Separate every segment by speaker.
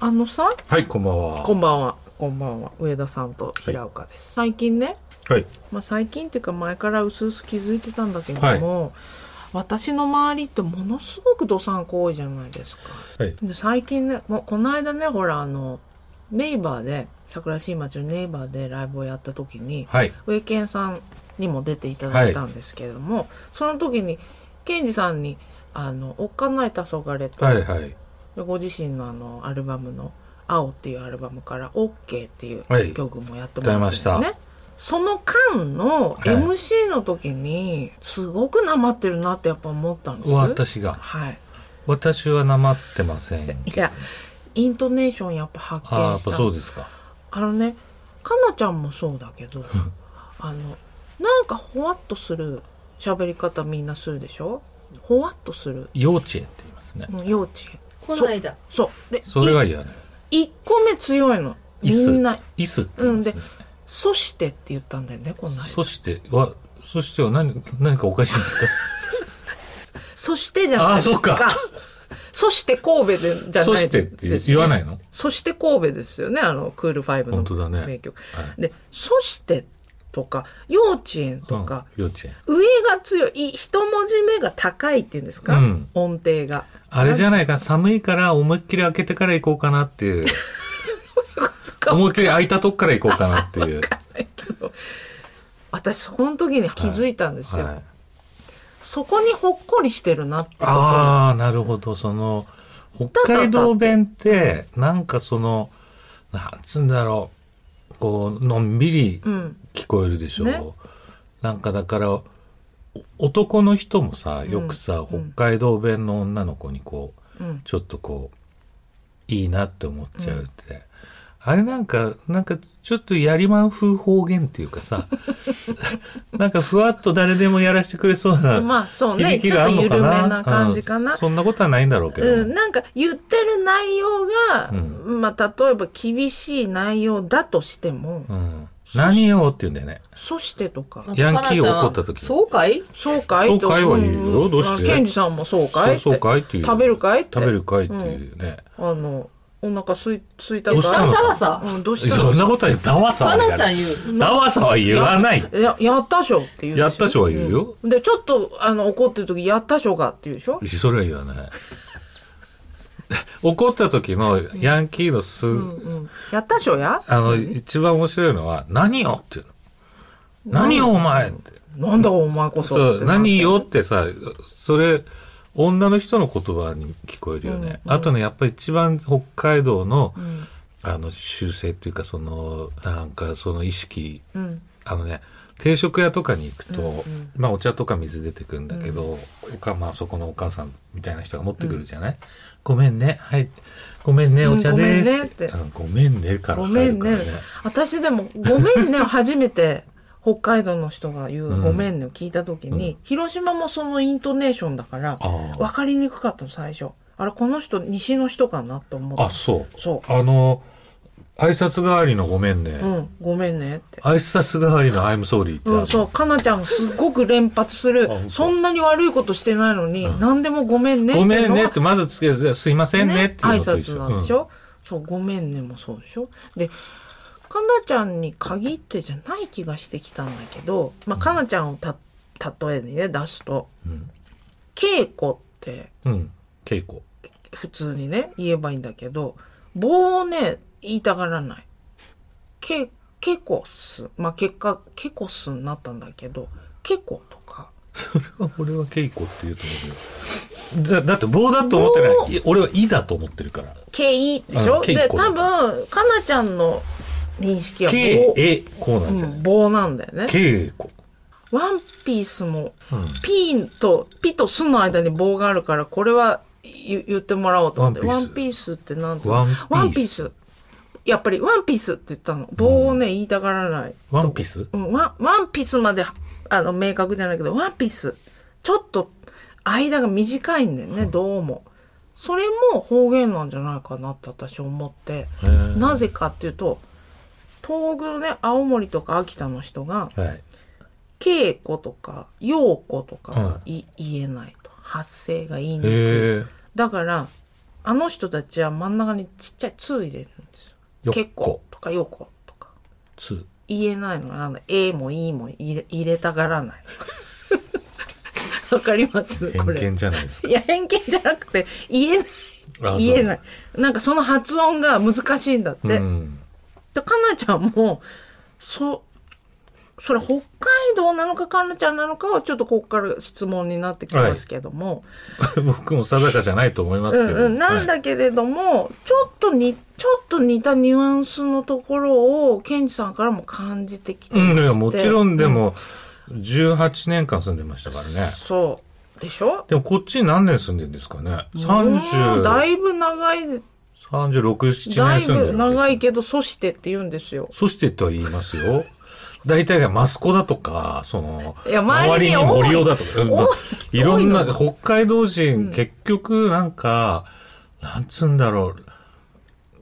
Speaker 1: あのさ、
Speaker 2: はい、こんばんは。
Speaker 1: こんばんは。こんばんは。上田さんと平岡です。最近ね、
Speaker 2: はい。
Speaker 1: まあ、最近っていうか前から薄々気づいてたんだけれども、私の周りってものすごくどさんこ多いじゃないですか。
Speaker 2: はい。
Speaker 1: で最近ね、もうこの間ね、ほらあの、ネイバーで、桜新町のネイバーでライブをやった時に、
Speaker 2: はい。
Speaker 1: 上健さんにも出ていただいたんですけれども、その時に、健二さんに、あの、おっかない黄昏と、
Speaker 2: はい、はい。
Speaker 1: ご自身のあのアルバムの「青」っていうアルバムから「OK」っていう
Speaker 2: はい
Speaker 1: 曲もやってもらったんですよ
Speaker 2: 歌
Speaker 1: ね、
Speaker 2: い
Speaker 1: その間の
Speaker 2: はい
Speaker 1: MC の時にすごくなまってるなってやっぱ思ったんです
Speaker 2: 私が。
Speaker 1: はい
Speaker 2: 私はなまってません。
Speaker 1: いやイントネーションやっぱ発見
Speaker 2: ああ、やっ
Speaker 1: した
Speaker 2: ぱそうですか。
Speaker 1: あのねかなちゃんもそうだけ どあのなんかほわっとする喋り方みんなするでしょほわっとする、
Speaker 2: 幼稚園って言いますね。
Speaker 1: うん、幼稚園
Speaker 3: この間
Speaker 1: そうで
Speaker 2: それが嫌ね。
Speaker 1: 1個目強いの
Speaker 2: 椅
Speaker 1: み
Speaker 2: 子
Speaker 1: んな
Speaker 2: 椅子って言いますね。
Speaker 1: そしてって言ったんだよね、この間。
Speaker 2: そしては、そしては何、何かおかしいんですか
Speaker 1: そしてじゃないですか。
Speaker 2: あそうか
Speaker 1: そして神戸で じゃないです
Speaker 2: そしてって言う言わないの
Speaker 1: そして神戸ですよね、あの、クールファイブ
Speaker 2: 本当だ
Speaker 1: の
Speaker 2: ね
Speaker 1: 名曲。
Speaker 2: は
Speaker 1: で、そしてとか、幼稚園とか、
Speaker 2: うん幼稚園。
Speaker 1: 上が強い、い一文字目が高いっていうんですか、
Speaker 2: うん
Speaker 1: 音程が。
Speaker 2: あれじゃないか、寒いから思いっきり開けてから行こうかなっ ていう。思いっきり開いたとこから行こうかなっていう。
Speaker 1: 私、その時に気づいたんですよ。
Speaker 2: はい。
Speaker 1: そこにほっこりしてるなってこと。
Speaker 2: ああ、なるほど。その、北海道弁って、なんかその、なんつうんだろう、こう、のんびり
Speaker 1: うん。
Speaker 2: 聞こえるでしょう。
Speaker 1: ね
Speaker 2: なんかだから、お男の人もさ、よくさ、北海道弁の女の子にこう、
Speaker 1: うん
Speaker 2: ちょっとこう、いいなって思っちゃうって。あれなんか、なんかちょっとやりまん風方言っていう かさ、なんかふわっと誰でもやらせてくれそうな
Speaker 1: まあそうね
Speaker 2: 響きがある
Speaker 1: ちょっ
Speaker 2: のかな。
Speaker 1: と緩めな感じかな
Speaker 2: うんそんなことはないんだろうけど。
Speaker 1: うん、なんか言ってる内容が、
Speaker 2: う
Speaker 1: まあ例えば厳しい内容だとしても、
Speaker 2: うん何よって言うんだよね。
Speaker 1: そしてとか、
Speaker 2: ヤンキー怒った時
Speaker 3: そうかい
Speaker 1: そうかいと
Speaker 2: そうかいは言うよ
Speaker 1: ん
Speaker 2: どうして
Speaker 1: ケンジさんもそうかい
Speaker 2: そうそうかい
Speaker 1: っ
Speaker 2: ってていう。
Speaker 1: 食べるかいって
Speaker 2: 食べるかいっていうね。
Speaker 1: あのお腹すいすいたかい
Speaker 2: ど
Speaker 1: う
Speaker 2: した
Speaker 3: あん
Speaker 2: の
Speaker 3: たはさ、
Speaker 1: うん、どうした
Speaker 2: そ
Speaker 1: の
Speaker 2: んなことはダワサは
Speaker 3: か
Speaker 2: 言
Speaker 3: な
Speaker 2: わ
Speaker 3: ちゃ
Speaker 2: ない
Speaker 3: ん言う。
Speaker 2: ダワサは言わない。
Speaker 1: ややったっしょって言うでしょ
Speaker 2: やったっしょは言うよ
Speaker 1: んでちょっとあの怒ってる時やったっしょがって言うでしょ
Speaker 2: それは言わない。 怒った時のヤンキーのす、
Speaker 1: うんやったっしょや
Speaker 2: あの、一番面白いのは、何よっていうの。何よお前って。
Speaker 1: なんだお前こそ
Speaker 2: そう
Speaker 1: ってなっちゃ
Speaker 2: 何よってさ、それ、女の人の言葉に聞こえるよね。あとね、やっぱり一番北海道の、あの、修正っていうか、その、なんか、その意識、
Speaker 1: うん
Speaker 2: あのね、定食屋とかに行くと、まあお茶とか水出てくるんだけど、おかまあそこのお母さんみたいな人が持ってくるじゃない、ごめんね、はい、ごめんね、
Speaker 1: うん
Speaker 2: お茶です、
Speaker 1: ご
Speaker 2: って
Speaker 1: めんねって
Speaker 2: あのごめんねから
Speaker 1: ごめ
Speaker 2: 入る
Speaker 1: ん
Speaker 2: か
Speaker 1: ね
Speaker 2: らね。
Speaker 1: 私でも「ごめんね」を初めて北海道の人が言う「
Speaker 2: ん
Speaker 1: ごめんね」を聞いた時に、広島もそのイントネーションだから
Speaker 2: あー
Speaker 1: 分かりにくかったの最初あれこの人西の人かなと思った
Speaker 2: あ、そう。
Speaker 1: そう
Speaker 2: あの、挨拶代わりのごめんね。
Speaker 1: うん「ごめんね」って。
Speaker 2: 挨拶代わりの I'm sorry ってある、
Speaker 1: うん、そう、かなちゃんすっごく連発する
Speaker 2: あ本。当
Speaker 1: そんなに悪いことしてないのに、何でもごめんねってい
Speaker 2: ご
Speaker 1: うのが。
Speaker 2: めんねってまずつけず、すいませんねっていう
Speaker 1: 挨
Speaker 2: のと一緒
Speaker 1: 拶なんでしょ、そうごめんねもそうでしょでかなちゃんに限ってじゃない気がしてきたんだけど、まあ、かなちゃんをた例えにね出すと
Speaker 2: うん。
Speaker 1: 「稽古」って
Speaker 2: うん。うん稽古。
Speaker 1: 普通にね言えばいいんだけど棒をね言いたがらない「けけこす」まあ結果「けこす」になったんだけど「けこ」とか
Speaker 2: 俺は稽古って言うと思うよ。だだって棒だと思ってない。い俺は「い」だと思ってるから。
Speaker 1: 「けい」でしょ、
Speaker 2: うん稽
Speaker 1: で
Speaker 2: 古
Speaker 1: 多分かなちゃんの認識は
Speaker 2: 「け」「え」こうなんじゃ
Speaker 1: う
Speaker 2: なんい
Speaker 1: 棒なんだよね。
Speaker 2: 稽古。
Speaker 1: ワンピースも、ピーンと、ピとスの間に棒があるから、これは言言ってもらおうと思って。ワ
Speaker 2: ワ
Speaker 1: ン
Speaker 2: ン
Speaker 1: ピ
Speaker 2: ピ
Speaker 1: ースってなんつうの
Speaker 2: ワンピース。
Speaker 1: ワンピース。やっぱりワンピースって言ったの。棒をね、言いたがらない。
Speaker 2: ワンピース
Speaker 1: うん、ワンワンピースまで、あの、明確じゃないけど、ワンピース。ちょっと、間が短いんだよね、どうも。それも方言なんじゃないかなって私思って。
Speaker 2: へー
Speaker 1: なぜかっていうと、東北のね、青森とか秋田の人が、
Speaker 2: はい。
Speaker 1: 稽古とか陽子とか、
Speaker 2: はい
Speaker 1: 言えないと発声が言いにくい
Speaker 2: へえ。
Speaker 1: だからあの人たちは真ん中にちっちゃい「つ」入れるんですよ。
Speaker 2: よっ
Speaker 1: 結構
Speaker 2: こ
Speaker 1: とか「よこ」とか
Speaker 2: つ
Speaker 1: 言えないのあの「え」も「いい」も入れ入れたがらない。 わかりますこ
Speaker 2: 偏
Speaker 1: れ。
Speaker 2: 見じゃないですか
Speaker 1: いや偏見じゃなくて言えない
Speaker 2: あ
Speaker 1: 言えないい。なんかその発音が難しいんだって。
Speaker 2: うん
Speaker 1: で、かなちゃんも、そ、それ北海道なのかかなちゃんなのかはちょっとここから質問になってきますけども、
Speaker 2: 僕も定かじゃないと思います
Speaker 1: う
Speaker 2: け
Speaker 1: ん
Speaker 2: ど、
Speaker 1: うん、なん
Speaker 2: はい
Speaker 1: だけれども、ちょっとに、ちょっと似たニュアンスのところを、ケンジさんからも感じてきて
Speaker 2: う
Speaker 1: まして
Speaker 2: ん、いやもちろんで、
Speaker 1: う
Speaker 2: も18年間住んでましたからね
Speaker 1: そう。でしょ
Speaker 2: でもこっちに何年住んでるんですかね
Speaker 1: うんだ
Speaker 2: 3036
Speaker 1: いぶ長い、だい
Speaker 2: 7年住んで
Speaker 1: ぶ
Speaker 2: る
Speaker 1: 長い
Speaker 2: わけ
Speaker 1: けど、そしてって言うんですよ。
Speaker 2: そしてとは言いますよ大体がマスコだとかその
Speaker 1: いや周
Speaker 2: 周
Speaker 1: りに
Speaker 2: りに
Speaker 1: 多い
Speaker 2: 森尾だとかうん
Speaker 1: 多
Speaker 2: いろ
Speaker 1: 多
Speaker 2: ん
Speaker 1: い
Speaker 2: な
Speaker 1: の
Speaker 2: 北海道人結局なんかなんつうんだろう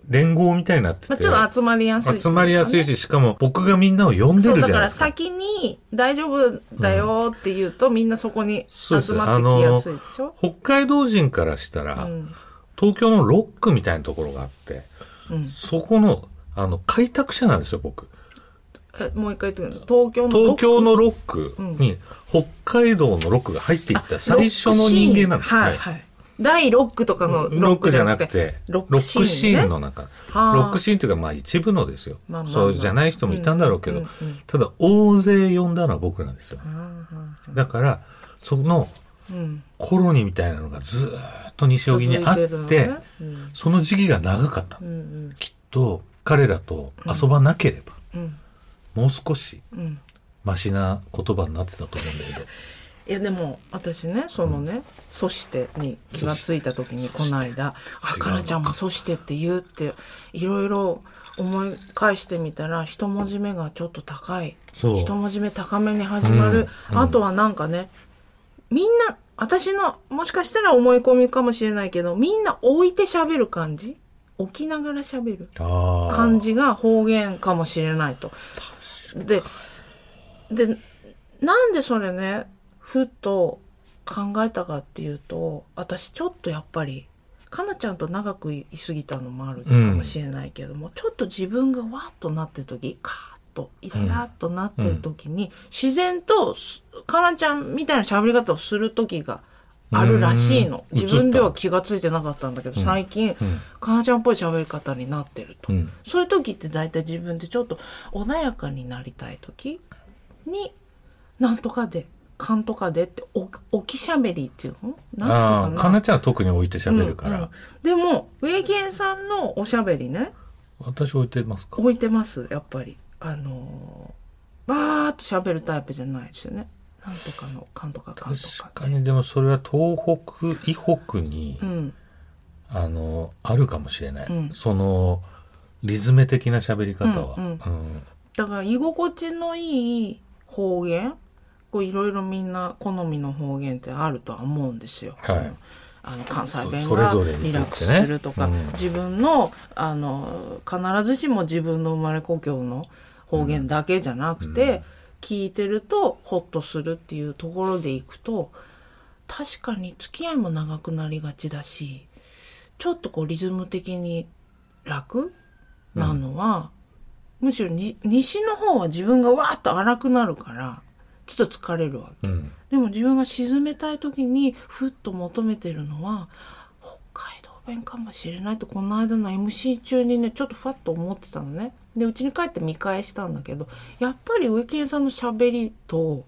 Speaker 2: 連合みたいになって
Speaker 1: まあ、
Speaker 2: て
Speaker 1: ちょっと集まりやすい。
Speaker 2: 集まりやすいし、しかも僕がみんなを呼んで
Speaker 1: そう
Speaker 2: る
Speaker 1: だ
Speaker 2: じゃ
Speaker 1: か
Speaker 2: な
Speaker 1: ら
Speaker 2: いですか。
Speaker 1: 先に大丈夫だよって言うと、みんなそこに集
Speaker 2: そうです
Speaker 1: まってきやすいでしょ、
Speaker 2: 北海道人からしたら、
Speaker 1: うん
Speaker 2: 東京のロックみたいなところがあって、
Speaker 1: うん、
Speaker 2: そこの、あの、開拓者なんですよ、僕。
Speaker 1: えもう一回言ってくる東京の
Speaker 2: 東京
Speaker 1: の
Speaker 2: のロックに、北海道のロックが入っていった最初の人間なの。
Speaker 1: はいはい、第6区とかの
Speaker 2: ロックじゃなくて、
Speaker 1: ロ
Speaker 2: ロ
Speaker 1: ック
Speaker 2: ッ
Speaker 1: シ
Speaker 2: クシ
Speaker 1: ー
Speaker 2: ー
Speaker 1: ン
Speaker 2: ン
Speaker 1: ね
Speaker 2: の中。
Speaker 1: あー
Speaker 2: ロックシーンというか、まあ一部のですよ
Speaker 1: まあまあ。まあ
Speaker 2: そうじゃない人もいたんだろうけ
Speaker 1: う
Speaker 2: ど
Speaker 1: んうんうん、
Speaker 2: ただ大勢呼んだのは僕なんですよ。だから、その、
Speaker 1: うん、
Speaker 2: コロニーみたいなのがずーっと西荻にあっ
Speaker 1: 続
Speaker 2: て
Speaker 1: いるのねうん
Speaker 2: その時期が長かったの、
Speaker 1: うん
Speaker 2: きっと彼らと遊ばなければ、
Speaker 1: うん
Speaker 2: もう少し
Speaker 1: うんうん
Speaker 2: マシな言葉になってたと思うんだけ ど
Speaker 1: いやでも私ねそのね、そして」に気がついた時にこの間「あ
Speaker 2: 違うの
Speaker 1: かなちゃんも「そして」って言うっていろいろ思い返してみたら一文字目がちょっと高い
Speaker 2: そう
Speaker 1: 一文字目高めに始まる、
Speaker 2: うんうん
Speaker 1: あとはなんかねみんな私のもしかしたら思い込みかもしれないけどみんな置いて喋る感じ置きながら喋る
Speaker 2: あー
Speaker 1: 感じが方言かもしれないと。で、で、なんでそれね、ふと考えたかっていうと、私ちょっとやっぱり、かなちゃんと長くいすぎたのもあるかもしれないけども、ちょっと自分がわーっとなってる時、カーッと、イライラっとなってる時に、自然とす、かなちゃんみたいな喋り方をする時があるらしいの。
Speaker 2: うん
Speaker 1: 自分では気がついてなかったんだけど、最近、
Speaker 2: うん
Speaker 1: かなちゃんっぽい喋り方になってると。
Speaker 2: うん
Speaker 1: そういう時って大体自分でちょっと穏やかになりたい時に、なんとかで、かんとかでって、お置きしゃべりっていうのな
Speaker 2: あ
Speaker 1: んていう
Speaker 2: ー
Speaker 1: の
Speaker 2: か
Speaker 1: かな
Speaker 2: なちゃんは特に置いて喋るから、
Speaker 1: うんうんでも、ウェイゲンさんのおしゃべりね、
Speaker 2: 私置いてますか
Speaker 1: 置いてます、やっぱり。あのー、バーっとしゃべるタイプじゃないですよね。なんとかの、かんとかかんと
Speaker 2: 確
Speaker 1: か
Speaker 2: か
Speaker 1: で。
Speaker 2: にでもそれは東北以北に、
Speaker 1: うん。
Speaker 2: あのあるかもしれない、
Speaker 1: うん
Speaker 2: そのリズム的な喋り方は、
Speaker 1: うんうん
Speaker 2: うん
Speaker 1: だから居心地のいい方言こういろいろみんな好みの方言ってあるとは思うんですよ。
Speaker 2: は
Speaker 1: そ
Speaker 2: い
Speaker 1: のあの関西弁
Speaker 2: そ
Speaker 1: が
Speaker 2: それぞれに
Speaker 1: リラックス
Speaker 2: とってね
Speaker 1: するとか、
Speaker 2: うん
Speaker 1: 自分のあの必ずしも自分の生まれ故郷の方言だけじゃなくて、聞いてるとホッとするっていうところでいくと確かに付き合いも長くなりがちだしちょっとこうリズム的に楽なのは、むしろに西の方は自分がわーっと荒くなるからちょっと疲れるわけ、
Speaker 2: うん
Speaker 1: でも自分が沈めたい時にふっと求めてるのは北海道弁かもしれないとこの間の MC 中にねちょっとふわっと思ってたのねでうちに帰って見返したんだけどやっぱり植木さんの喋りと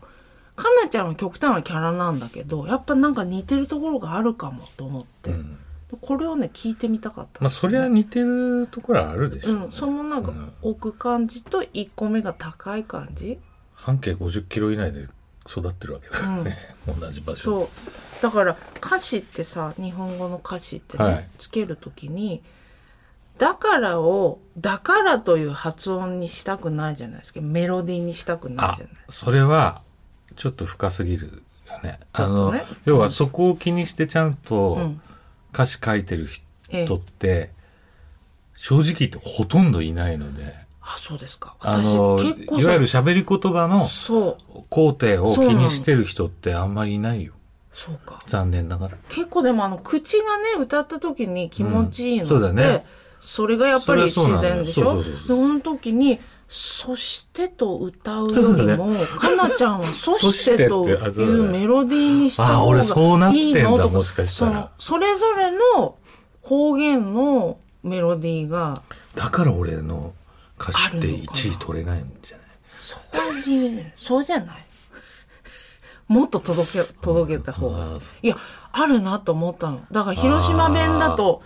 Speaker 1: かなちゃんは極端なキャラなんだけどやっぱなんか似てるところがあるかもと思って、
Speaker 2: うん
Speaker 1: これをね聞いてみたかったん
Speaker 2: まあ
Speaker 1: です
Speaker 2: そ
Speaker 1: よね
Speaker 2: りゃ似てるところはあるでしょうね、
Speaker 1: うん、そのなんか
Speaker 2: うん
Speaker 1: 置く感じと1個目が高い感じ、
Speaker 2: 半径50キロ以内で育ってるわけだからね、同じ場所
Speaker 1: そうだから歌詞ってさ日本語の歌詞ってね、
Speaker 2: はい
Speaker 1: つけるときに「だから」を「だから」という発音にしたくないじゃないですかメロディーにしたくない
Speaker 2: あ
Speaker 1: じゃない
Speaker 2: それはちょっと深すぎるよねあ
Speaker 1: ょっと
Speaker 2: の
Speaker 1: ね
Speaker 2: 要はそこを気にしてちゃん
Speaker 1: う
Speaker 2: と
Speaker 1: ん
Speaker 2: 歌詞書いてる
Speaker 1: ええ
Speaker 2: 人って正直言ってほとんどいないので
Speaker 1: あそうですか
Speaker 2: あ
Speaker 1: 私
Speaker 2: の
Speaker 1: 結構
Speaker 2: い
Speaker 1: さ
Speaker 2: わゆる喋り言葉の
Speaker 1: そう
Speaker 2: 工程を気にしてる人ってあんまりいないよ
Speaker 1: そうか
Speaker 2: 残念ながら。
Speaker 1: 結構でもあの口がね歌った時に気持ちいいので、
Speaker 2: うんそうだね
Speaker 1: それがやっぱり
Speaker 2: それは
Speaker 1: 自
Speaker 2: そう
Speaker 1: 然
Speaker 2: なのよ
Speaker 1: でしょ
Speaker 2: そう
Speaker 1: で
Speaker 2: そうそう
Speaker 1: その時に「そして」と歌うよりも、かなちゃんは「そして」と
Speaker 2: そしてって
Speaker 1: い
Speaker 2: あそう
Speaker 1: う
Speaker 2: だね
Speaker 1: メロディーにした
Speaker 2: ああ、
Speaker 1: 方
Speaker 2: 俺そうな
Speaker 1: が
Speaker 2: っ
Speaker 1: い
Speaker 2: て
Speaker 1: い
Speaker 2: んだ、
Speaker 1: のと
Speaker 2: も
Speaker 1: か
Speaker 2: しかし
Speaker 1: そ
Speaker 2: た
Speaker 1: の
Speaker 2: ら。
Speaker 1: それぞれの方言のメロディーが
Speaker 2: だから俺の歌手って
Speaker 1: あるのかな
Speaker 2: 1位取れないんじゃない
Speaker 1: そういうそうじゃないもっと届け届けた方
Speaker 2: あ
Speaker 1: が
Speaker 2: ーそ
Speaker 1: いやあるなと思ったのだから広島弁だと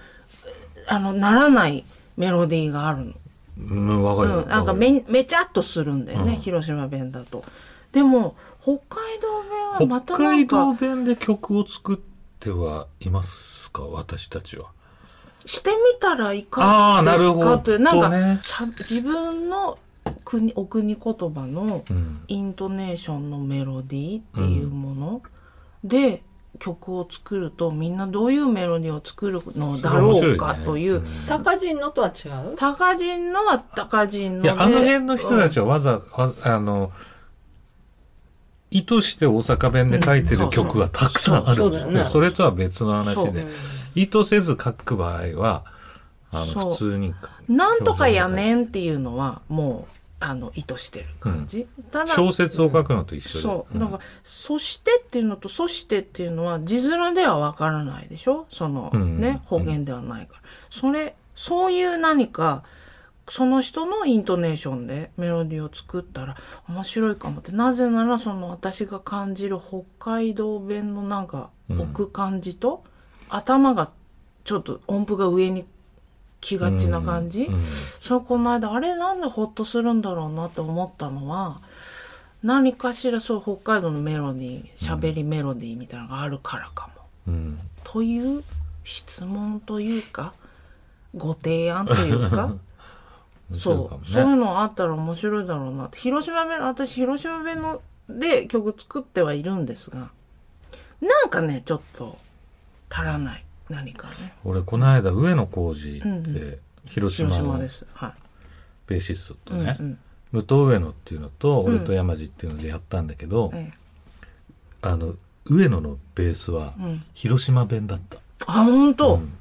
Speaker 1: あのならないメロディーがあるの、
Speaker 2: うん、わかるよ。
Speaker 1: うん、なんか
Speaker 2: わる
Speaker 1: めめちゃっとするんだよね、広島弁だとでも北海道弁はま
Speaker 2: 北
Speaker 1: たな
Speaker 2: 海
Speaker 1: ん
Speaker 2: 道
Speaker 1: か
Speaker 2: 弁で曲を作ってはいますか私たちは。
Speaker 1: してみたらいか
Speaker 2: あー
Speaker 1: が
Speaker 2: な
Speaker 1: で
Speaker 2: る
Speaker 1: す
Speaker 2: ほ
Speaker 1: か
Speaker 2: ど
Speaker 1: というなんか、
Speaker 2: ね
Speaker 1: しゃ自分の国お国言葉の
Speaker 2: うん。
Speaker 1: イントネーションのメロディーっていうもので曲を作るとみんなどういうメロディーを作るのだろうかという、
Speaker 2: それ面白いねうん
Speaker 3: 高人のとは違う
Speaker 1: タカジンのはタカジンの
Speaker 2: い
Speaker 1: で
Speaker 2: や、あの辺の人たちはわざ、わあの、意図して大阪弁で書いて
Speaker 1: うんそ
Speaker 2: る
Speaker 1: うそう
Speaker 2: 曲がたくさんあるんですよ
Speaker 3: そうそうだよね
Speaker 2: それとは別の話
Speaker 1: そう
Speaker 2: で。意図せず書く場合は、あ
Speaker 1: そう
Speaker 2: の、普通に書く。
Speaker 1: なんとかやねんっていうのはもうあの意図してる感じ、ただ
Speaker 2: 小説を書くのと一緒で。
Speaker 1: そう。
Speaker 2: ん
Speaker 1: なんか、そしてっていうのと、そしてっていうのは、字面ではわからないでしょその、
Speaker 2: うん
Speaker 1: ね、方言ではないから。それ、そういう何か、その人のイントネーションでメロディーを作ったら面白いかもって。なぜなら、その私が感じる北海道弁のなんか、
Speaker 2: うん
Speaker 1: 置く感じと、頭が、ちょっと音符が上に来がちな感じ、
Speaker 2: うんうん
Speaker 1: そうこの間あれなんでホッとするんだろうなって思ったのは何かしらそう北海道のメロディー喋りメロディーみたいなのがあるからかも、
Speaker 2: うん
Speaker 1: という質問というかご提案という か
Speaker 2: 面白い
Speaker 1: そ
Speaker 2: かも
Speaker 1: うそうい
Speaker 2: ね
Speaker 1: うのあったら面白いだろうなって広島弁私広島弁ので曲作ってはいるんですがなんかねちょっと足らない何かね
Speaker 2: 俺この間上野浩二
Speaker 1: うん
Speaker 2: っ
Speaker 1: う
Speaker 2: て広島
Speaker 1: 広島
Speaker 2: の
Speaker 1: ですは
Speaker 2: ベーシスト
Speaker 1: い、
Speaker 2: とね
Speaker 1: うん
Speaker 2: 武藤上野っていうのと俺と山地っていうのでやったんだけど
Speaker 1: うんええ
Speaker 2: あの上野のベースは
Speaker 1: うん
Speaker 2: 広島弁だった
Speaker 1: あ本当、
Speaker 2: うん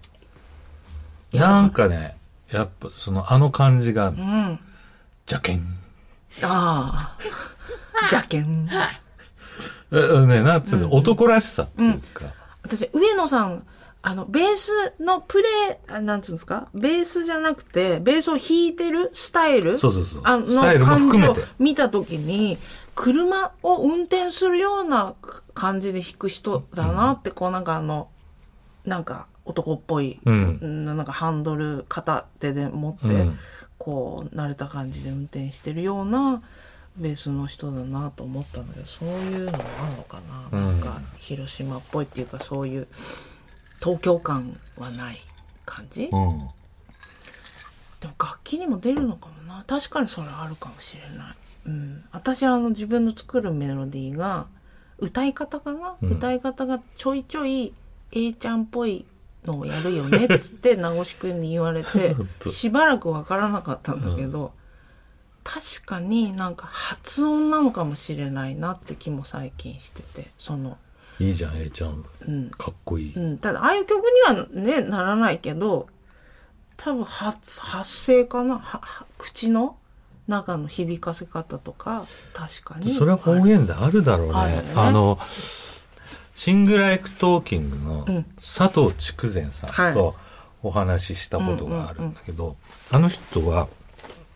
Speaker 2: なんかねやっぱそのあの感じが
Speaker 1: うん。
Speaker 2: ジャケン
Speaker 1: ああ。 じゃけん。
Speaker 2: ええねなんつうの男らしさっていうか
Speaker 1: 私、上野さん、あの、ベースのプレイ、あなんつうんですかベースじゃなくて、ベースを弾いてるスタイル
Speaker 2: そうそうそう
Speaker 1: あの、
Speaker 2: スタイルも含めて
Speaker 1: 感じを見たときに、車を運転するような感じで弾く人だなって、こうなんかあの、なんか男っぽい、
Speaker 2: うん
Speaker 1: なんかハンドル片手で持って、
Speaker 2: うん
Speaker 1: こう慣れた感じで運転してるようなベースの人だなと思ったんだけどそういうのもあるのかな、
Speaker 2: うん
Speaker 1: なんか広島っぽいっていうかそういう東京感はない感じ、でも
Speaker 2: うん
Speaker 1: 楽器にも出るのかもな確かにそれあるかもしれない、うん、私あの自分の作るメロディーが歌い方かな、
Speaker 2: うん
Speaker 1: 歌い方がちょいちょい A ちゃんっぽいのをやるよねっつっ て名越くんに言われて
Speaker 2: 本当
Speaker 1: しばらくわからなかったんだけど、確かになんか発音なのかもしれないなって気も最近しててその
Speaker 2: いいじゃん A ちゃん
Speaker 1: うん、
Speaker 2: かっこいい
Speaker 1: うん、ただああいう曲にはねならないけど多分発発声かなはは口の中の響かせ方とか確かに
Speaker 2: それは方言であるだろうね。
Speaker 1: ある
Speaker 2: あ
Speaker 1: よね
Speaker 2: の、シングライクトーキングの
Speaker 1: うん
Speaker 2: 佐藤筑前さん
Speaker 1: は
Speaker 2: とお話ししたことがあるんだけど、あの人は、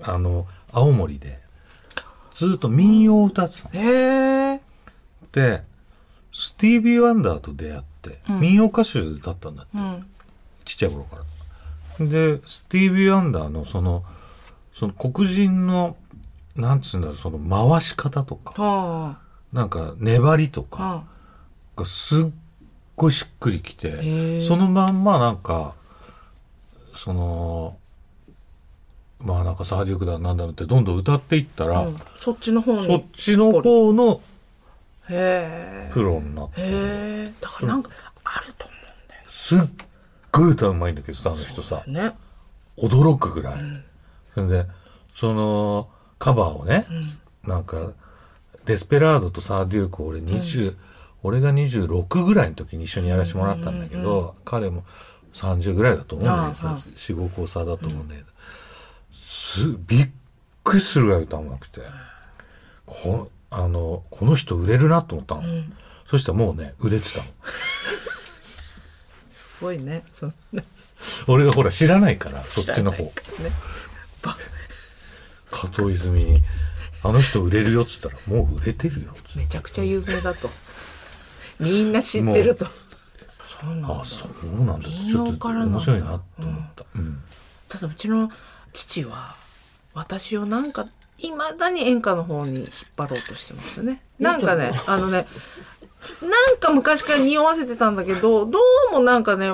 Speaker 2: あの、青森でずっと民謡を歌ってたの。
Speaker 1: へえ
Speaker 2: で、スティービー・ワンダーと出会って、
Speaker 1: うん
Speaker 2: 民謡歌手だったんだって、
Speaker 1: うん
Speaker 2: ちっちゃい頃から。で、スティービー・ワンダーのその、その黒人の、なんつうんだろう、その回し方とか、
Speaker 1: は
Speaker 2: なんか粘りと
Speaker 1: あ
Speaker 2: か、
Speaker 1: は
Speaker 2: がすっごいしっくりき
Speaker 1: ー
Speaker 2: て、そのまんまなんか、その、まあなんかサーディックだなんだのってどんどん歌っていった
Speaker 1: あ、
Speaker 2: ら、
Speaker 1: うん、そっちの方に
Speaker 2: そっちの方の
Speaker 1: へ
Speaker 2: プロになっ
Speaker 1: え
Speaker 2: て、
Speaker 1: へえだからなんかあると思
Speaker 2: すっごい歌うまいんだけどさ、あの人さ、
Speaker 1: うんだよね
Speaker 2: 驚くぐらい。それで、そのカバーをね、なんか、デスペラードとサーデュークを俺20、俺が26ぐらいの時に一緒にやらせてもらったんだけど、
Speaker 1: うんうんうん
Speaker 2: 彼も30ぐらいだと思うんだけど
Speaker 1: ああ
Speaker 2: さ45個差だと思うんだけど、すびっくりするぐらい歌うまくてこあのこの人売れるなと思ったの、
Speaker 1: ん
Speaker 2: そしたらもうね売れてたの
Speaker 1: すごいねそんな
Speaker 2: 俺がほら知らないからそっちの
Speaker 1: 知ら
Speaker 2: 方
Speaker 1: ないからね
Speaker 2: 加藤泉に「あの人売れるよ」っつったら「もう売れてるよ」っつって
Speaker 1: めちゃくちゃ有名だ とみんな知ってるとそうなんだ
Speaker 2: あそうなんだってち
Speaker 1: 民
Speaker 2: ょっ
Speaker 1: 謡
Speaker 2: と
Speaker 1: からなんだ
Speaker 2: 面白いなと思った、うん
Speaker 1: ただうちの父は私をなんかいまだに演歌の方に引っ張ろうとしてますねなんかねあのねなんか昔から匂わせてたんだけどどうもなんかね演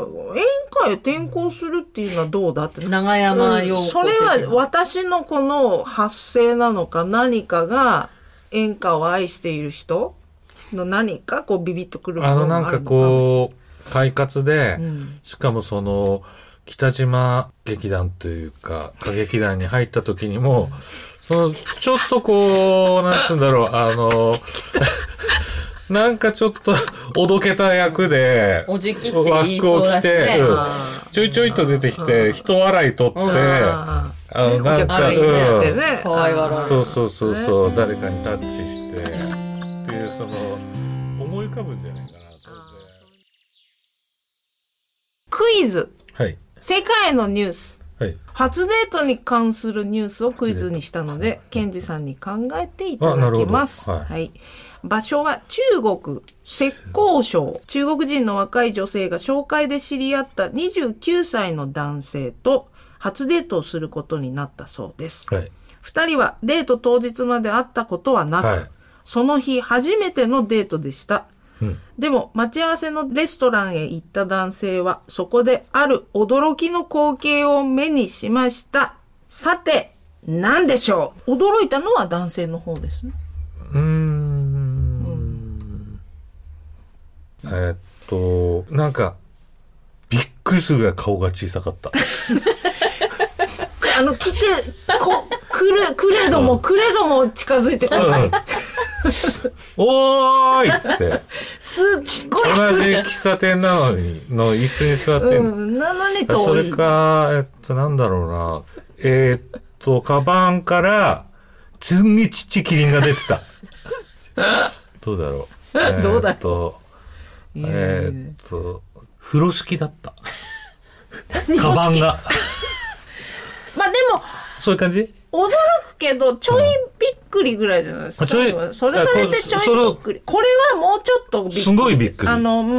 Speaker 1: 歌へ転校するっていうのはどうだって
Speaker 3: 長山洋子
Speaker 1: うんそれは私のこの発声なのか何かが演歌を愛している人の何かこうビビッとくるも
Speaker 2: あの
Speaker 1: のが
Speaker 2: な
Speaker 1: あ
Speaker 2: ん
Speaker 1: るのか
Speaker 2: か
Speaker 1: もしれない
Speaker 2: こう快活で、
Speaker 1: ん
Speaker 2: しかもその北島劇団というか歌劇団に入った時にもそのちょっとこうなんつうんだろう あの なんかちょっとおどけた役で
Speaker 3: おじきって言いそうだしね。
Speaker 2: 枠を着てうん
Speaker 3: あ
Speaker 2: ちょいちょいと出てきて人笑い取って、あ
Speaker 1: ああ
Speaker 2: の
Speaker 1: お
Speaker 2: なん
Speaker 1: 客
Speaker 2: か、
Speaker 1: さん
Speaker 3: い
Speaker 1: に
Speaker 3: い
Speaker 1: やって
Speaker 2: うん
Speaker 1: ね、
Speaker 3: 可愛がられる
Speaker 2: そうそうそうそう、誰かにタッチしてっていうその思い浮かぶんじゃないかなそれ
Speaker 1: クイズ
Speaker 2: ではい
Speaker 1: 世界のニュース
Speaker 2: はい
Speaker 1: 初デートに関するニュースをクイズにしたのでケンジさんに考えていた
Speaker 2: あな
Speaker 1: だ
Speaker 2: るほ
Speaker 1: き
Speaker 2: ど
Speaker 1: ます、
Speaker 2: はい
Speaker 1: 場所は中国浙江省中国人の若い女性が紹介で知り合った29歳の男性と初デートをすることになったそうです、
Speaker 2: はい
Speaker 1: 2人はデート当日まで会ったことはなく、
Speaker 2: はい
Speaker 1: その日初めてのデートでした
Speaker 2: うん
Speaker 1: でも待ち合わせのレストランへ行った男性はそこである驚きの光景を目にしましたさて何でしょう驚いたのは男性の方ですね
Speaker 2: うーん。えーっと、なんか、びっくりするぐらい顔が小さかった。
Speaker 1: あの来てこくれくれどもくれども近づいてくる
Speaker 2: うんおーいって、
Speaker 1: すっごい
Speaker 2: 同じ喫茶店なのに、の椅子に座ってん
Speaker 1: う
Speaker 2: の
Speaker 1: んなのに
Speaker 2: あそ
Speaker 1: 遠
Speaker 2: れ
Speaker 1: い
Speaker 2: か、えっと、なんだろうな。えーっと、カバンから、すんげえちっちゃいキリンが出てた。どうだろう。えーっと
Speaker 1: どうだや
Speaker 2: え
Speaker 1: いやいや
Speaker 2: ーっと、風呂敷だった。カバンが。
Speaker 1: まあでも
Speaker 2: そういう感じ
Speaker 1: 驚くけど、ちょいびっくりぐらいじゃないですか。
Speaker 2: あちょい
Speaker 1: それそれでちょいびっくり。これはもうちょっとびっくりです。
Speaker 2: すごいびっくり
Speaker 1: あの、うん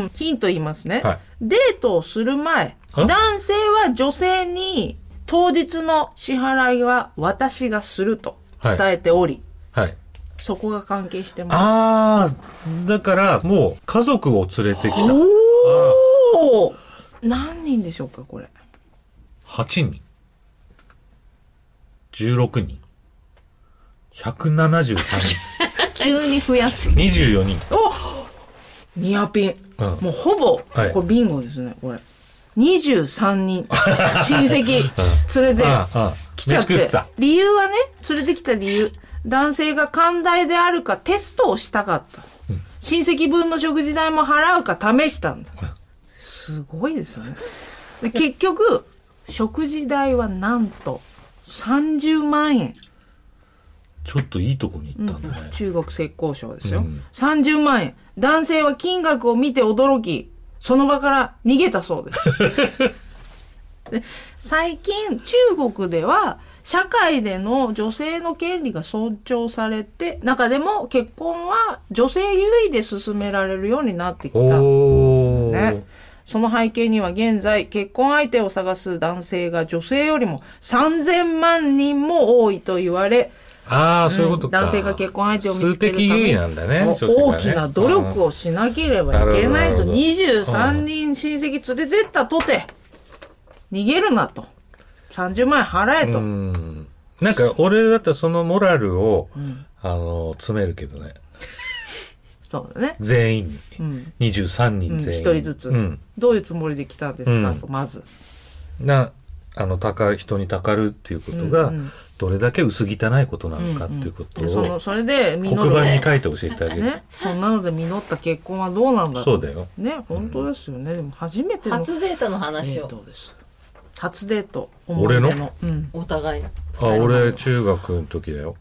Speaker 1: うん。ヒント言いますね。
Speaker 2: はい
Speaker 1: デートをする前、
Speaker 2: え
Speaker 1: 男性は女性に当日の支払いは私がすると伝えており、
Speaker 2: はい。
Speaker 1: そこが関係してます。
Speaker 2: あー、だから、もう、家族を連れてきた。
Speaker 1: おお何人でしょうか、これ。
Speaker 2: 8人。16人。173
Speaker 1: 急に増やす。
Speaker 2: 人。24人。
Speaker 1: ニアピン。
Speaker 2: うん
Speaker 1: もうほぼ、
Speaker 2: はい
Speaker 1: これビンゴですね、これ。23人、 親戚連れて
Speaker 2: ああ、ああ
Speaker 1: きちゃっ
Speaker 2: 飯食ってた。。
Speaker 1: 理由はね、連れてきた理由。男性が寛大であるかテストをしたかった。親戚分の食事代も払うか試したんだ。すごいですよね。で結局、食事代はなんと30万円。
Speaker 2: ちょっといいとこに行ったんだね。
Speaker 1: 中国浙江省ですよ、
Speaker 2: うん
Speaker 1: 30万円男性は金額を見て驚きその場から逃げたそうですで 最近中国では社会での女性の権利が尊重されて中でも結婚は女性優位で進められるようになってきた
Speaker 2: おー
Speaker 1: ね。その背景には現在、結婚相手を探す男性が女性よりも3000万人も多いと言われ、
Speaker 2: ああ、そういうことか。
Speaker 1: 男性が結婚相手を見つけるため
Speaker 2: 数的優位なんだね。
Speaker 1: そう大きな努力
Speaker 2: を。
Speaker 1: をしなければいけないと、
Speaker 2: うん
Speaker 1: 23人親戚連れてったとて、逃げるなと。30万円払え
Speaker 2: う
Speaker 1: と。
Speaker 2: ん。なんか、俺だったらそのモラルを、あの、詰めるけどね。
Speaker 1: そうだね。
Speaker 2: 全員
Speaker 1: う
Speaker 2: に。
Speaker 1: ん。
Speaker 2: 23
Speaker 1: う
Speaker 2: 人
Speaker 1: ん、
Speaker 2: 全員。
Speaker 1: 一人ずつ、
Speaker 2: うん。
Speaker 1: どういうつもりで来たんですか、
Speaker 2: うん
Speaker 1: と、まず。
Speaker 2: な、あの、たか、人にたかるっていうことが
Speaker 1: うんうん、
Speaker 2: どれだけ薄汚いことなのかっていうこと
Speaker 1: でその
Speaker 2: を、
Speaker 1: それで実る
Speaker 2: 黒板に書いて教えてあげる。
Speaker 1: ねそんなので実った結婚はどうなんだろう
Speaker 2: そうだよ。
Speaker 1: ね本当ですよね、でも初めての
Speaker 3: 初データの
Speaker 1: デ
Speaker 3: 話
Speaker 1: ー
Speaker 3: を
Speaker 1: トです初デート
Speaker 2: 俺の
Speaker 1: 思い出うん
Speaker 3: お互いの
Speaker 2: あ、俺、中学の時だよ。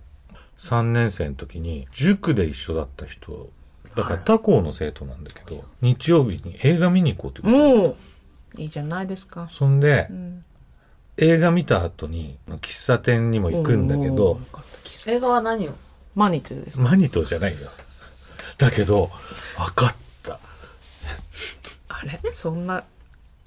Speaker 2: 3年生の時に、塾で一緒だった人、だから他校の生徒なんだけど、日曜日に映画見に行こうって言ってたの
Speaker 1: もういいじゃないですか
Speaker 2: そんで
Speaker 1: う、ん
Speaker 2: 映画見た後に、喫茶店にも行くんだけ
Speaker 1: おー
Speaker 2: ど
Speaker 1: よ、かった気づ
Speaker 3: 映画は何を
Speaker 1: マニトゥです
Speaker 2: マニトじゃないよ。だけど、分かった。
Speaker 1: あれそんな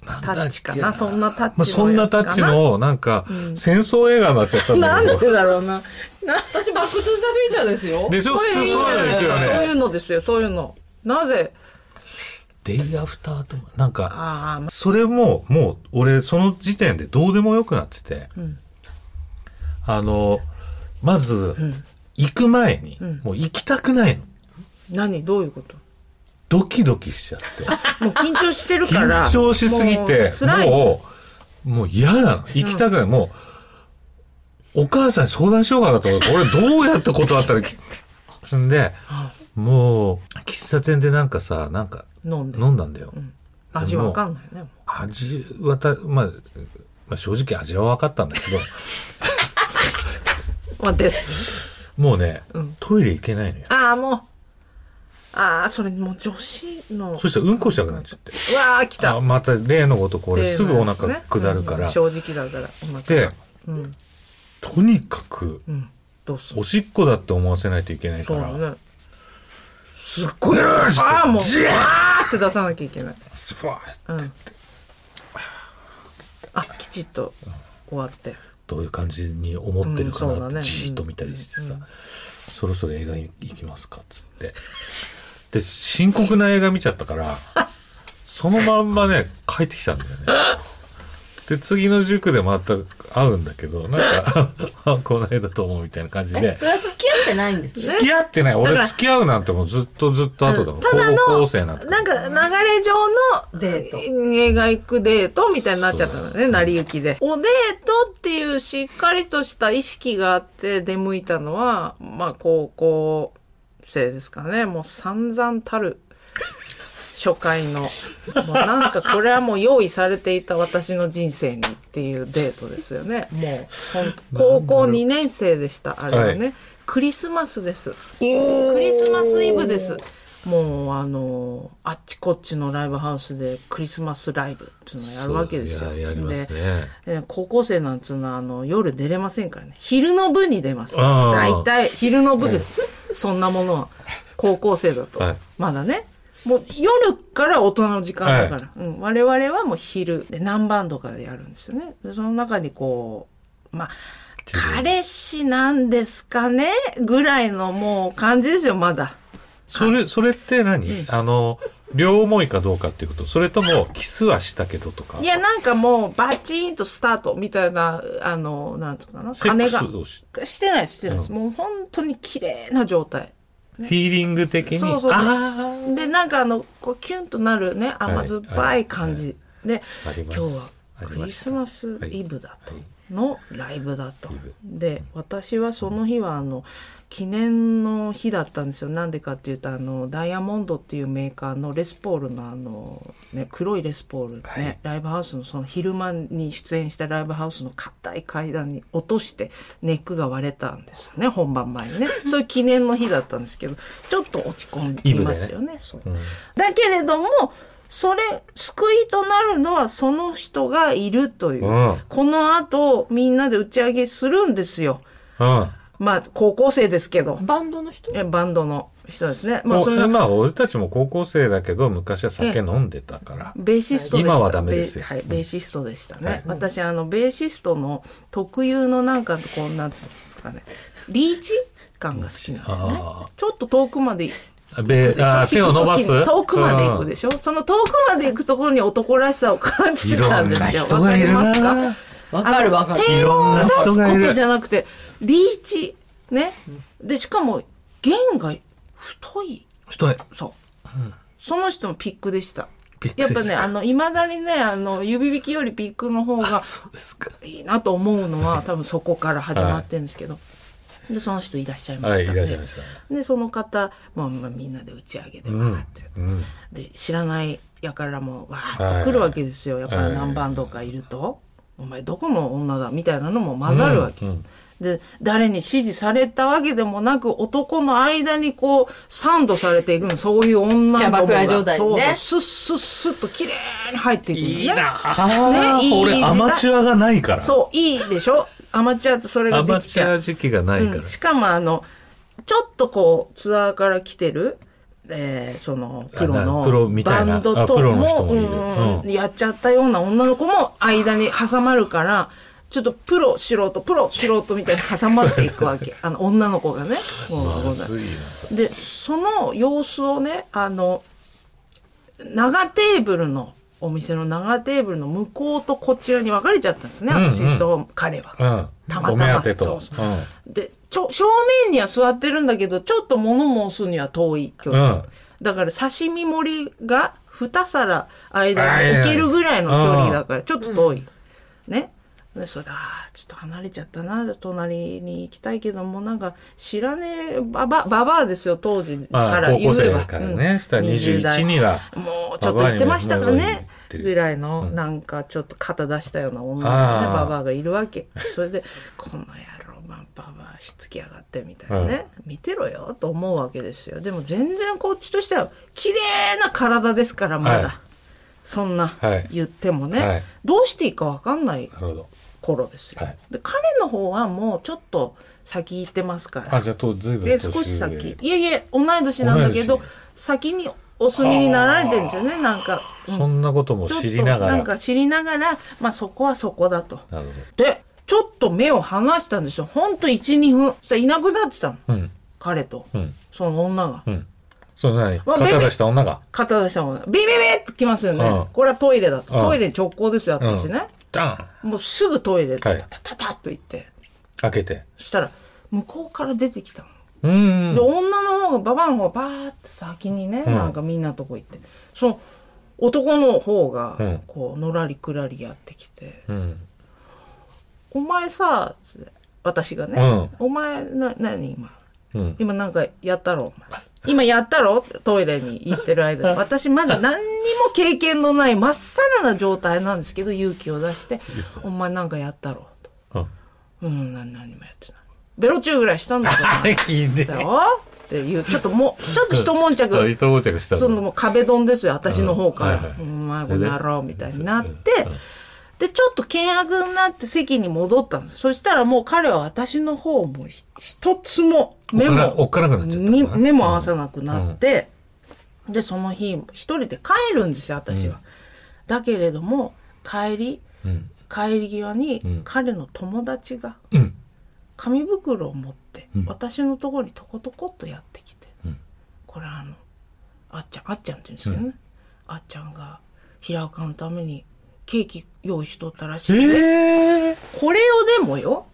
Speaker 2: なん
Speaker 1: タ
Speaker 2: だっ
Speaker 1: ッ
Speaker 2: け
Speaker 1: チかなそんなタッチの
Speaker 2: まあ、そんなタッチの、なんか、戦争映画になっちゃったんだ
Speaker 1: な
Speaker 2: け
Speaker 1: ん
Speaker 2: ど。
Speaker 1: でだろうな
Speaker 3: 私バックトゥザフューチャーですよ
Speaker 2: でしょ普通そうなんですよ
Speaker 1: そういう
Speaker 2: ね。
Speaker 1: のですよそういうのなぜ
Speaker 2: デイアフターとも、なんか、
Speaker 1: ああ
Speaker 2: それも、もう、俺、その時点でどうでもよくなってて、
Speaker 1: ん
Speaker 2: あの、まず、行く前に、
Speaker 1: ん
Speaker 2: もう行きたくないの。
Speaker 1: 何どういうこと
Speaker 2: ドキドキしちゃって。
Speaker 1: もう緊張してるから
Speaker 2: 緊張しすぎ
Speaker 1: も
Speaker 2: て
Speaker 1: う、辛い
Speaker 2: もう、もう嫌なの。行きたくない。もう、お母さんに相談しようかなと思って、俺どうやって 断ったら、そんで、もう、喫茶店でなんかさ、なんか、
Speaker 1: 飲んで
Speaker 2: 飲んだんだよ。
Speaker 1: 味わかんないねも
Speaker 2: 味わた、まあ、まあ正直味は分かったんだけど、
Speaker 1: うまあで
Speaker 2: もうね
Speaker 1: ん、
Speaker 2: トイレ行けないのよ。
Speaker 1: ああもうああそれもう女子の
Speaker 2: そしたらうんこしたくなっちゃって。
Speaker 1: うわー来た
Speaker 2: あまた例のごとこれすぐお腹下るから。
Speaker 1: 正直だからお腹
Speaker 2: で、
Speaker 1: うん
Speaker 2: とにかく、
Speaker 1: うんどうする
Speaker 2: おしっこだって思わせないといけないか
Speaker 1: そう
Speaker 2: ら、
Speaker 1: だね
Speaker 2: すっごいーして
Speaker 1: ああもう
Speaker 2: ジャー
Speaker 1: あーって出さなきゃいけない
Speaker 2: ふわー
Speaker 1: うんあきちっと終わって
Speaker 2: どういう感じに思ってるか
Speaker 1: うんそ
Speaker 2: な
Speaker 1: う
Speaker 2: っ
Speaker 1: だ
Speaker 2: て
Speaker 1: ね
Speaker 2: じーっと見たりしてさ、そろそろ映画に行きますかっつってで深刻な映画見ちゃったから そのまんまね帰ってきたんだよねで次の塾でまた会うんだけどなんか あこの間と思うみたいな感じ
Speaker 3: え
Speaker 2: で
Speaker 3: それは付き合ってないんです
Speaker 2: 付き合ってない
Speaker 1: だか
Speaker 2: 俺
Speaker 1: ら
Speaker 2: 付き合うなんてもうずっとずっと後だもん
Speaker 1: ただの
Speaker 2: 高校生なんて
Speaker 1: なんか流れ
Speaker 3: デー
Speaker 1: 上
Speaker 3: ト
Speaker 1: の映画行くデートみたいになっちゃったのね、成り行きで。おデートっていうしっかりとした意識があって出向いたのは、まあ高校生ですかね。もう散々たる初回の。もうなんかこれはもう用意されていた私の人生にっていうデートですよね。もうほん、高校2年生でした、あれはね。
Speaker 2: は
Speaker 1: クリスマスです。
Speaker 2: お
Speaker 1: クリスマスイブです。もうあのあっちこっちのライブハウスでクリスマスライブっていうのをやるわけですよ。
Speaker 2: ややります
Speaker 1: で
Speaker 2: ね
Speaker 1: えー高校生なんつうのはあの夜出れませんからね昼の部に出ます
Speaker 2: ああ
Speaker 1: 大体昼の部です、そんなものは高校生だと、
Speaker 2: はい
Speaker 1: まだねもう夜から大人の時間だから、うん、我々はもう昼で何番とかでやるんですよねでその中にこうまあ彼氏なんですかねぐらいのもう感じですよまだ
Speaker 2: それ、それって何、あの、両思いかどうかっていうことそれとも、キスはしたけどとか。
Speaker 1: いやなんかもうバチンとスタートみたいなあのなんつうかな
Speaker 2: セック
Speaker 1: 金
Speaker 2: ス
Speaker 1: が
Speaker 2: をし、
Speaker 1: してないですしてないです、もう本当に綺麗な状態
Speaker 2: フィーリング的に。
Speaker 1: そうそう
Speaker 2: あー
Speaker 1: でなんかあのこうキュンとなるね甘酸っぱい感じ、で
Speaker 2: あり
Speaker 1: 今
Speaker 2: ま
Speaker 1: 日
Speaker 2: す
Speaker 1: はクリスマスイブだと、のライブだとで私はその日はあの記念の日だったんですよなんでかっていうとあのダイヤモンドっていうメーカーのレスポールのあの、ね、黒いレスポールね、
Speaker 2: はい
Speaker 1: ライブハウスのその昼間に出演したライブハウスの硬い階段に落としてネックが割れたんですよね本番前 にねそういう記念の日だったんですけどちょっと落ち込みますよねそうだけれどもそれ救いとなるのはその人がいるという、
Speaker 2: うん
Speaker 1: この後みんなで打ち上げするんですよ
Speaker 2: うん。
Speaker 1: まあ高校生ですけど
Speaker 3: バンドの人
Speaker 1: えバンドの人ですねま
Speaker 2: ま
Speaker 1: あ
Speaker 2: あ、
Speaker 1: それが
Speaker 2: まあ、俺たちも高校生だけど、昔は酒飲んでたから。
Speaker 1: ベーシストでした。
Speaker 2: 今はダメですよ
Speaker 1: ベーはい、ベーシストでしたね。
Speaker 2: はい
Speaker 1: 私、あの、ベーシストの特有のなんか、こう、なんつうんですかね、リーチ感が好きなんですね
Speaker 2: あー。
Speaker 1: ちょっと遠くまで
Speaker 2: べあー手を伸ばす
Speaker 1: 遠くまで行くでしょ、その遠くまで行くところに男らしさを感じてたんですよ。
Speaker 2: いろんな人がいるな
Speaker 1: わかりますか
Speaker 3: わかるわかる
Speaker 1: あの
Speaker 2: いろんな人がい
Speaker 1: 手を
Speaker 2: る
Speaker 1: 出すことじゃなくて、リーチ。ね。で、しかも、弦が太い。
Speaker 2: 人へ。
Speaker 1: そう。その人のピックでした。
Speaker 2: ピック
Speaker 1: やっ
Speaker 2: で
Speaker 1: ぱ
Speaker 2: す
Speaker 1: ね、
Speaker 2: か
Speaker 1: あの、いまだにね、あの、指引きよりピックの方が
Speaker 2: そうですか。
Speaker 1: いいなと思うのは、多分そこから始まってるんですけど。で、その人いらっしゃいま
Speaker 2: はい、
Speaker 1: し
Speaker 2: い
Speaker 1: た
Speaker 2: らっしゃい
Speaker 1: ね
Speaker 2: ま。した。
Speaker 1: で、その方、まあ、まあみんなで打ち上げで、
Speaker 2: う
Speaker 1: わ
Speaker 2: ん
Speaker 1: ーって。
Speaker 2: うん。
Speaker 1: で知らないやからもわーっと来るわけですよ、
Speaker 2: い
Speaker 1: やっぱり何バンドかいると、お前どこの女だみたいなのも混ざるわけ、
Speaker 2: うんうん
Speaker 1: で誰に指示されたわけでもなく男の間にこうサンドされていくのそういう女の子
Speaker 3: キャバクラ状態にね
Speaker 1: そうそうスッスッスッと綺麗に入っていくのね
Speaker 2: いいなあ
Speaker 1: ねいい
Speaker 2: 俺
Speaker 1: 時代
Speaker 2: アマチュアがないから。
Speaker 1: そういいでしょアマチュアとそれ
Speaker 2: ア
Speaker 1: がで
Speaker 2: マ
Speaker 1: き
Speaker 2: チ
Speaker 1: ち
Speaker 2: ュ
Speaker 1: ゃう
Speaker 2: ア時期がないから
Speaker 1: うん。しかもあのちょっとこうツアーから来てる、えーそのプロ
Speaker 2: あなプロ
Speaker 1: の
Speaker 2: みた
Speaker 1: バ
Speaker 2: いな
Speaker 1: ンド
Speaker 2: あプ
Speaker 1: と
Speaker 2: ロの
Speaker 1: も
Speaker 2: 人もいる
Speaker 1: うん
Speaker 2: う
Speaker 1: やっちゃったような女の子も間に挟まるからちょっとプロ素人プロ素人みたいに挟まっていく わけあの女の子がね。もう
Speaker 2: まずいな、それ。
Speaker 1: でその様子をねあの長テーブルのお店の長テーブルの向こうとこちらに分かれちゃったんですね、
Speaker 2: うんうん
Speaker 1: 私と彼は。
Speaker 2: うん。
Speaker 1: たまたま
Speaker 2: お目当てと。
Speaker 1: そうでちょ正面には座ってるんだけどちょっと物申すには遠い距
Speaker 2: うん。う
Speaker 1: 離、
Speaker 2: ん。
Speaker 1: だから刺身盛りが2皿間に置けるぐらいの距離だからちょっと遠い、ねでそれであーちょっと離れちゃったな隣に行きたいけどもなんか知らねえババババアですよ当時
Speaker 2: ま
Speaker 1: か
Speaker 2: あ、
Speaker 1: ら
Speaker 2: 高
Speaker 1: 言
Speaker 2: 校
Speaker 1: え
Speaker 2: 生
Speaker 1: ば、
Speaker 2: から
Speaker 1: う
Speaker 2: ね、
Speaker 1: ん
Speaker 2: 下21には。
Speaker 1: もうちょっと言ってましたから
Speaker 2: ババアに
Speaker 1: ね
Speaker 2: も言ってる
Speaker 1: ぐらいの
Speaker 2: うん
Speaker 1: なんかちょっと肩出したような女の
Speaker 2: あ
Speaker 1: ね
Speaker 2: ー
Speaker 1: ババアがいるわけそれで 「この野郎まあババアしつきやがって」みたいなね、見てろよと思うわけですよでも全然こっちとしては綺麗な体ですからまだ、
Speaker 2: はい
Speaker 1: そんな
Speaker 2: はい
Speaker 1: 言ってもね、
Speaker 2: はい
Speaker 1: どうしていいか分かんない
Speaker 2: なるほど。
Speaker 1: 頃ですよ、
Speaker 2: はい
Speaker 1: で彼の方はもうちょっと先行ってますから
Speaker 2: あ、じゃあ、と、ずいぶん
Speaker 1: で
Speaker 2: 年上。
Speaker 1: 少し先いえいえ同い年なんだけど
Speaker 2: 同い年
Speaker 1: 先にお住みになられてるんですよねなんか、うん
Speaker 2: そんなことも
Speaker 1: ちょっ
Speaker 2: 知
Speaker 1: と
Speaker 2: りなが
Speaker 1: な
Speaker 2: ら。
Speaker 1: んか知りながらまあそこはそこだと
Speaker 2: なる
Speaker 1: でちょっと目を離したんですよほんと12分そしたらいなくなってたの
Speaker 2: ほど。うん。
Speaker 1: 彼と
Speaker 2: うん。
Speaker 1: その女が
Speaker 2: うん。その何
Speaker 1: まあ
Speaker 2: 肩出した女が。
Speaker 1: 肩出したもんねビビビッと来ますよね、
Speaker 2: うん
Speaker 1: これはトイレだと、
Speaker 2: うん
Speaker 1: トイレに直行ですよ私ね、
Speaker 2: ダン
Speaker 1: もうすぐトイレ
Speaker 2: は
Speaker 1: タ
Speaker 2: い
Speaker 1: タタタッと行って
Speaker 2: 開けて。
Speaker 1: そしたら向こうから出てきたの
Speaker 2: うー
Speaker 1: で
Speaker 2: ん。
Speaker 1: 女の方がババアの方がバーって先にね、
Speaker 2: うん
Speaker 1: なんかみんなのとこ行ってその男の方
Speaker 2: う
Speaker 1: が
Speaker 2: ん
Speaker 1: こうのらりくらりやってきて
Speaker 2: うん。
Speaker 1: 「お前さ」私が
Speaker 2: う
Speaker 1: ね
Speaker 2: ん。
Speaker 1: 「お前な何今
Speaker 2: うん。
Speaker 1: 今なんかやったろお前今やったろ?」トイレに行ってる間 に私まだ何にも経験のないまっさらな状態なんですけど勇気を出して「お前なんかやったろ?」と「
Speaker 2: うん。
Speaker 1: うん何何もやってない」「ベロチューぐらいしたんだぞお前
Speaker 2: いいね
Speaker 1: だ。よ」っていうちょっともうちょっと一悶着
Speaker 2: そう、糸到着したんだ
Speaker 1: そのもう壁ドンですよ私の方から「
Speaker 2: うんはいはい
Speaker 1: お前この野郎」みたいになって、でちょっと険悪になって席に戻ったんですそしたらもう彼は私の方をもうひ一つも目
Speaker 2: おっかなおっ
Speaker 1: も
Speaker 2: かなくなっちゃったの
Speaker 1: に
Speaker 2: かな。
Speaker 1: 目も合わさなくなって、でその日一人で帰るんですよ私は。だけれども帰り
Speaker 2: うん。
Speaker 1: 帰り際
Speaker 2: うん
Speaker 1: に彼の友達が
Speaker 2: うん。
Speaker 1: 紙袋を持って、
Speaker 2: うん
Speaker 1: 私のところにとことこっとやってきて、
Speaker 2: うん
Speaker 1: これあのあっちゃんあっちゃんって言うんですけどね、あっちゃんが平岡のためにケーキ用意しとったらしい、
Speaker 2: ええ
Speaker 1: これをでもよ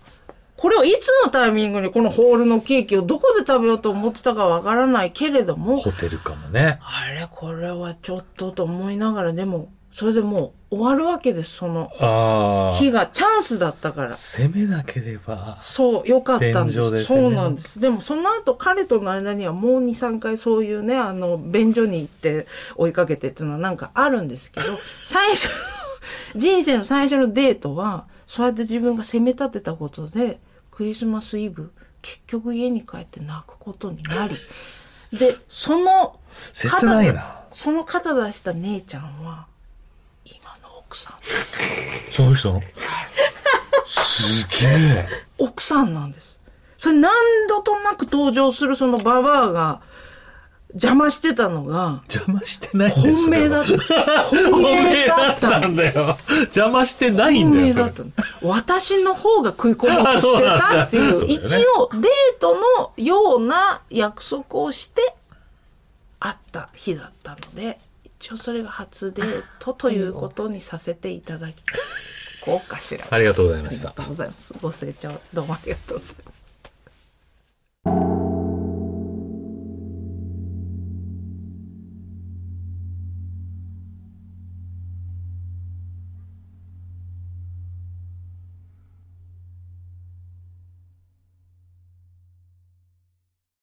Speaker 1: これをいつのタイミングにこのホールのケーキをどこで食べようと思ってたかわからないけれども
Speaker 2: ホテルかもね。
Speaker 1: あれこれはちょっとと思いながらでもそれでもう終わるわけですその
Speaker 2: ああ。
Speaker 1: 日がチャンスだったから
Speaker 2: 攻めなければ。
Speaker 1: そう、良かったんです
Speaker 2: 便乗ですね
Speaker 1: そうなんです。でもその後彼との間にはもう2、3回そういうね、あの、便所に行って追いかけてっていうのはなんかあるんですけ ど、最初、人生の最初のデートは、そうやって自分が責め立てたことで、クリスマスイブ、結局家に帰って泣くことになり、 で、その、
Speaker 2: 切ないな。
Speaker 1: その肩出した姉ちゃんは、今の奥さん。
Speaker 2: その人のすげえ。
Speaker 1: 奥さんなんです。それ何度となく登場するそのババアが邪魔してたのが
Speaker 2: 邪魔してないんだよ。
Speaker 1: 本命だ
Speaker 2: っ
Speaker 1: った。本命だった
Speaker 2: た。んだよ。邪魔してないん
Speaker 1: 本
Speaker 2: だよ。
Speaker 1: 命
Speaker 2: それ
Speaker 1: だったの。私の方が食い込もうとしてたってい
Speaker 2: そう
Speaker 1: う。
Speaker 2: だよね
Speaker 1: 一応デートのような約束をして会った日だったので、一応それが初デートということにさせて いただきたい。こうかしら。あ
Speaker 2: ありがとうございまし
Speaker 1: りが
Speaker 2: た
Speaker 1: と。うございます。ご清聴どうもありがとうございます。